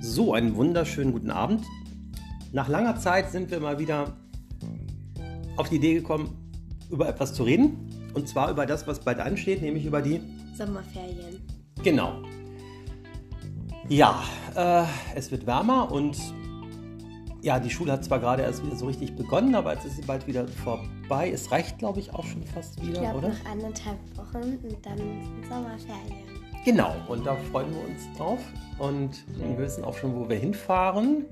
So, einen wunderschönen guten Abend. Nach langer Zeit sind wir mal wieder auf die Idee gekommen, über etwas zu reden. Und zwar über das, was bald ansteht, nämlich über die. Sommerferien. Genau. Ja, äh, es wird wärmer und ja, die Schule hat zwar gerade erst wieder so richtig begonnen, aber jetzt ist sie bald wieder vorbei. Es reicht, glaube ich, auch schon fast Ich wieder, glaube oder? noch anderthalb Wochen und dann sind Sommerferien. Genau, und da freuen wir uns drauf. Und wir wissen auch schon, wo wir hinfahren.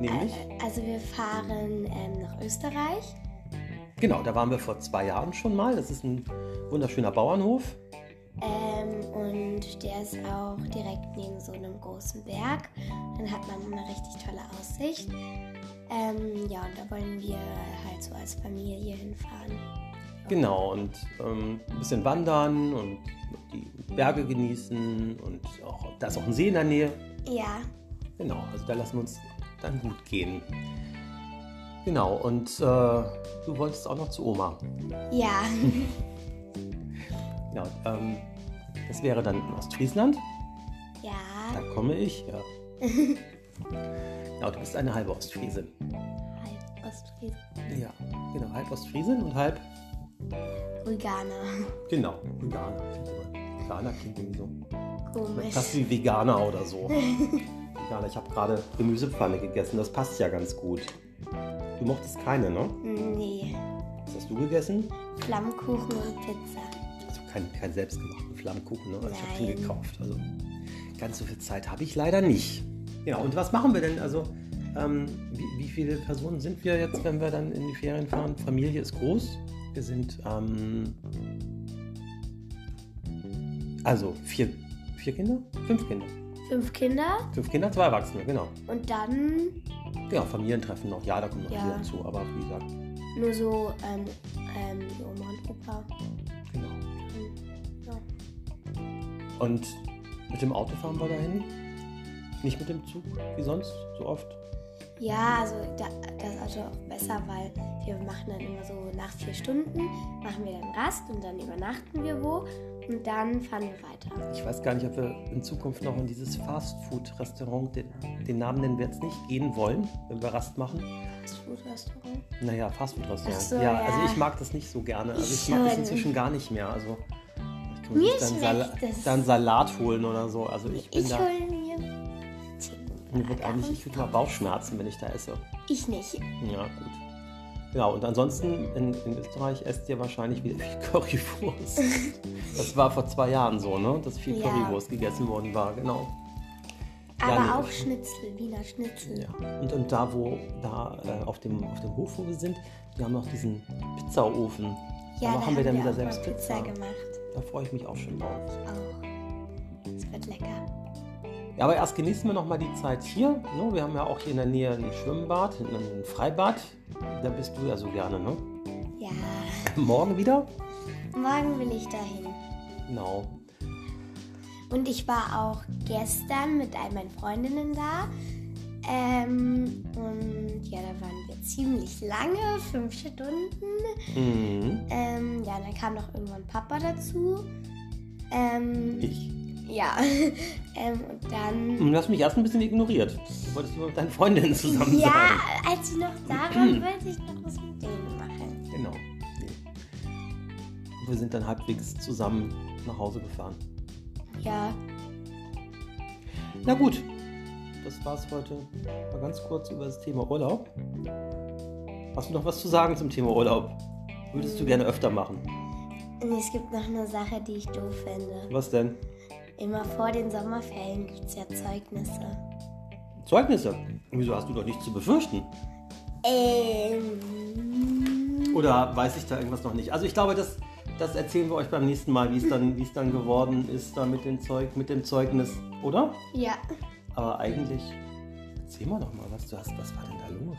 Nämlich, Äh, also wir fahren ähm, nach Österreich. genau, da waren wir vor zwei Jahren schon mal. Das ist ein wunderschöner Bauernhof. Ähm, und der ist auch direkt neben so einem großen Berg. Dann hat man eine richtig tolle Aussicht. Ähm, ja, und da wollen wir halt so als Familie hinfahren. Genau, und ähm, ein bisschen wandern und die Berge genießen. Und auch, da ist auch ein See in der Nähe. Ja, Genau, also da lassen wir uns dann gut gehen. Genau, und äh, du wolltest auch noch zu Oma. ja, Ja, ähm, das wäre dann in Ostfriesland. Da ja. komme ich, ja. Genau, du bist eine halbe Ostfriese. Halb Ostfriesen. Ja, genau, halb Ostfriesin und halb, Veganer. genau, Veganer. Veganer klingt irgendwie so. Fast Komisch. wie Veganer oder so. Veganer, ich habe gerade Gemüsepfanne gegessen, das passt ja ganz gut. Du mochtest keine, ne? Nee. Was hast du gegessen? Flammkuchen und Pizza. Also keinen kein selbstgemachten Flammkuchen, ne? Ich habe den Nein. gekauft. Also ganz so viel Zeit habe ich leider nicht. Ja, und was machen wir denn? Also, ähm, wie, wie viele Personen sind wir jetzt, wenn wir dann in die Ferien fahren? Familie ist groß. Wir sind, ähm, also vier, vier Kinder? Fünf Kinder. Fünf Kinder Fünf Kinder, zwei Erwachsene, genau. und dann Ja, Familientreffen noch. Ja, da kommen noch Ja. viele dazu, aber wie gesagt, nur so ähm, ähm, die Oma und Opa. genau. Ja. Und mit dem Auto fahren wir dahin? Nicht mit dem Zug, wie sonst, so oft? Ja, also da, das ist auch besser, weil wir machen dann immer so nach vier Stunden, machen wir dann Rast und dann übernachten wir wo und dann fahren wir weiter. Ich weiß gar nicht, ob wir in Zukunft noch in dieses Fastfood-Restaurant, den, den Namen nennen wir jetzt nicht, gehen wollen, wenn wir Rast machen. Fastfood-Restaurant? Naja, Fastfood-Restaurant. Ach so, ja, ja. also ich mag das nicht so gerne. Also ich Ich mag das schon. inzwischen gar nicht mehr. Also ich kann Mir sich dann, schmeckt Sala- es. dann Salat holen oder so. Also ich bin Ich da. hole mir Chicken Mir wird Burger eigentlich, und ich kriege mal Bauchschmerzen, wenn ich da esse. Ich nicht. Ja, gut. Genau, und ansonsten in, in Österreich esst ihr wahrscheinlich wieder viel Currywurst. Das war vor zwei Jahren so, ne? Dass viel Ja. Currywurst gegessen worden war, genau. Aber nee. auch Schnitzel, Wiener Schnitzel. Ja. Und, und da, wo, da äh, auf, dem, auf dem Hof, wo wir sind, wir haben noch diesen Pizzaofen. Ja, da machen wir dann wieder auch selbst mal Pizza Pizza. gemacht. Da freue ich mich auch schon drauf. Auch. Es wird lecker. Ja, aber erst genießen wir nochmal die Zeit hier. Ne? Wir haben ja auch hier in der Nähe ein Schwimmbad, ein Freibad. Da bist du ja so gerne, ne? Ja. Morgen wieder? Morgen will ich dahin. Genau. Und ich war auch gestern mit all meinen Freundinnen da. Ähm, und ja, da waren wir ziemlich lange, fünf Stunden. Mhm. Ähm, ja, dann kam noch irgendwann Papa dazu. Ähm, Ich. ja. ähm, und dann. Hm, Du hast mich erst ein bisschen ignoriert. Du wolltest nur mit deinen Freundinnen zusammen Ja, sein. als ich noch da war, wollte ich noch was mit denen machen. Genau. Und Wir sind dann halbwegs zusammen nach Hause gefahren. Ja, Na gut, das war's heute. Mal ganz kurz über das Thema Urlaub. Hast du noch was zu sagen zum Thema Urlaub? Würdest du gerne öfter machen? und es gibt noch eine Sache, die ich doof finde. Was denn? Immer vor den Sommerferien gibt es ja Zeugnisse. Zeugnisse. Wieso hast du doch nichts zu befürchten? Ähm. Oder weiß ich da irgendwas noch nicht? Also ich glaube, das, das erzählen wir euch beim nächsten Mal, wie es dann, wie es dann geworden ist da mit, den Zeug, mit dem Zeugnis, oder? Ja. Aber eigentlich, erzähl mal doch mal was du hast. Was war denn da los?